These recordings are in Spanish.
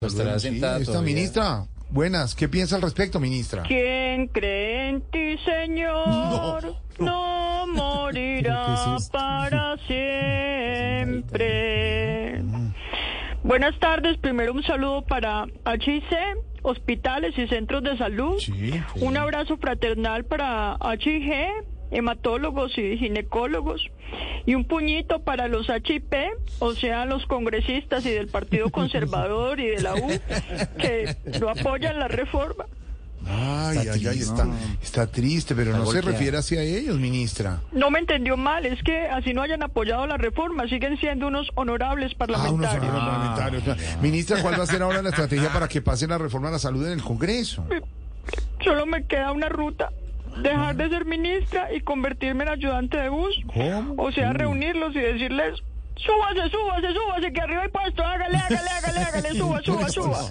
No estará Sí, sentada esta todavía. ministra, buenas, ¿qué piensa al respecto, ministra? Quien cree en ti, Señor, No, no, no. ¿Pero morirá qué es esto? para siempre. Mm. Buenas tardes. Primero un saludo para HIC, hospitales y centros de salud. Sí, sí. Un abrazo fraternal para HIG, hematólogos y ginecólogos. Y un puñito para los HIP, o sea, los congresistas y del Partido Conservador y de la U, que no apoyan la reforma. Ay, Está ay, ay, triste, está, no. está triste, pero no se golpeada. refiere hacia ellos, ministra. No me entendió mal, es que así no hayan apoyado la reforma, siguen siendo unos honorables Ah, unos parlamentarios. honorables parlamentarios. Ministra, ¿cuál va a ser ahora la estrategia para que pase la reforma a la salud en el Congreso? Solo me queda una ruta, dejar de ser ministra y convertirme en ayudante de bus. ¿Cómo? O sea, reunirlos y decirles, súbase, súbase, súbase, que arriba hay puesto, hágale, hágale, hágale, hágale, suba, suba, suba.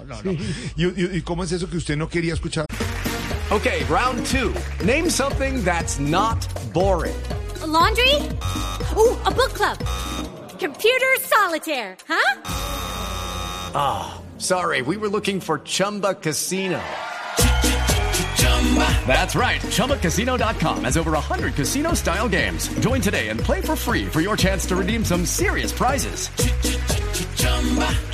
¿Y, y- y cómo es eso que usted no quería escuchar? Okay, round two. Name something that's not boring. A laundry? Ooh, a book club. Computer solitaire, huh? Sorry, we were looking for Chumba Casino. That's right. ChumbaCasino.com has over 100 casino style games. Join today and play for free for your chance to redeem some serious prizes.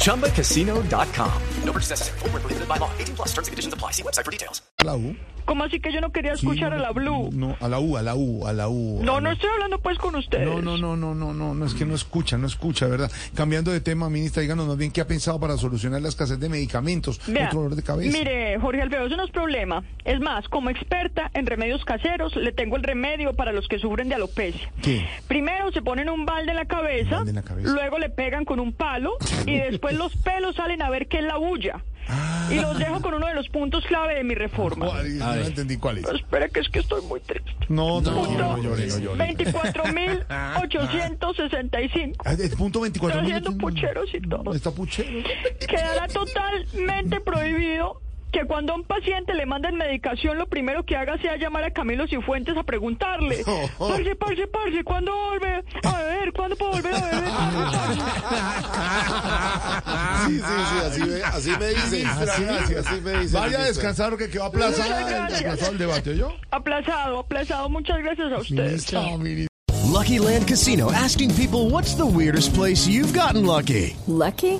ChumbaCasino.com. No purchase necessary. Void where prohibited by law. 18 plus terms and conditions apply. See website for details. ¿A la U? ¿Cómo así que yo no quería Sí, escuchar no, a la Blue? No, a la U, a la U, a la U. a No, la- no estoy hablando pues con ustedes. No, no, no, no, no, no, no, es que no escucha, no escucha, ¿verdad? Cambiando de tema, ministra, díganos más bien qué ha pensado para solucionar la escasez de medicamentos, Vea, otro dolor de cabeza. Mire, Jorge Alfredo, eso no es problema. Es más, como experta en remedios caseros, le tengo el remedio para los que sufren de alopecia. ¿Qué? Primero se ponen un balde en la Un cabeza, balde en la cabeza. luego le pegan con un palo y después los pelos salen a ver qué es la bulla. Ah. Y los dejo con uno de los puntos clave de mi reforma. Ay, no entendí cuál es. Pero espera que es que estoy muy triste. No, tranquilo, Punto no llore, no llore. 24.865. Ah, El punto 24. Estoy haciendo pucheros y todo. Está puchero. Quedará totalmente prohibido que cuando a un paciente le manden medicación, lo primero que haga sea llamar a Camilo Cifuentes a preguntarle, parce, parce, parce, ¿cuándo vuelve a beber? ¿Cuándo puedo volver a beber? Sí, sí, sí, así, me- así me dicen. Así, así, así me dice. Vaya a descansar que quedó aplazado, Muchas gracias. aplazado el debate, ¿yo? Aplazado, aplazado. Muchas gracias a ustedes. Ministra, ministra. Lucky Land Casino asking people what's the weirdest place you've gotten lucky? Lucky?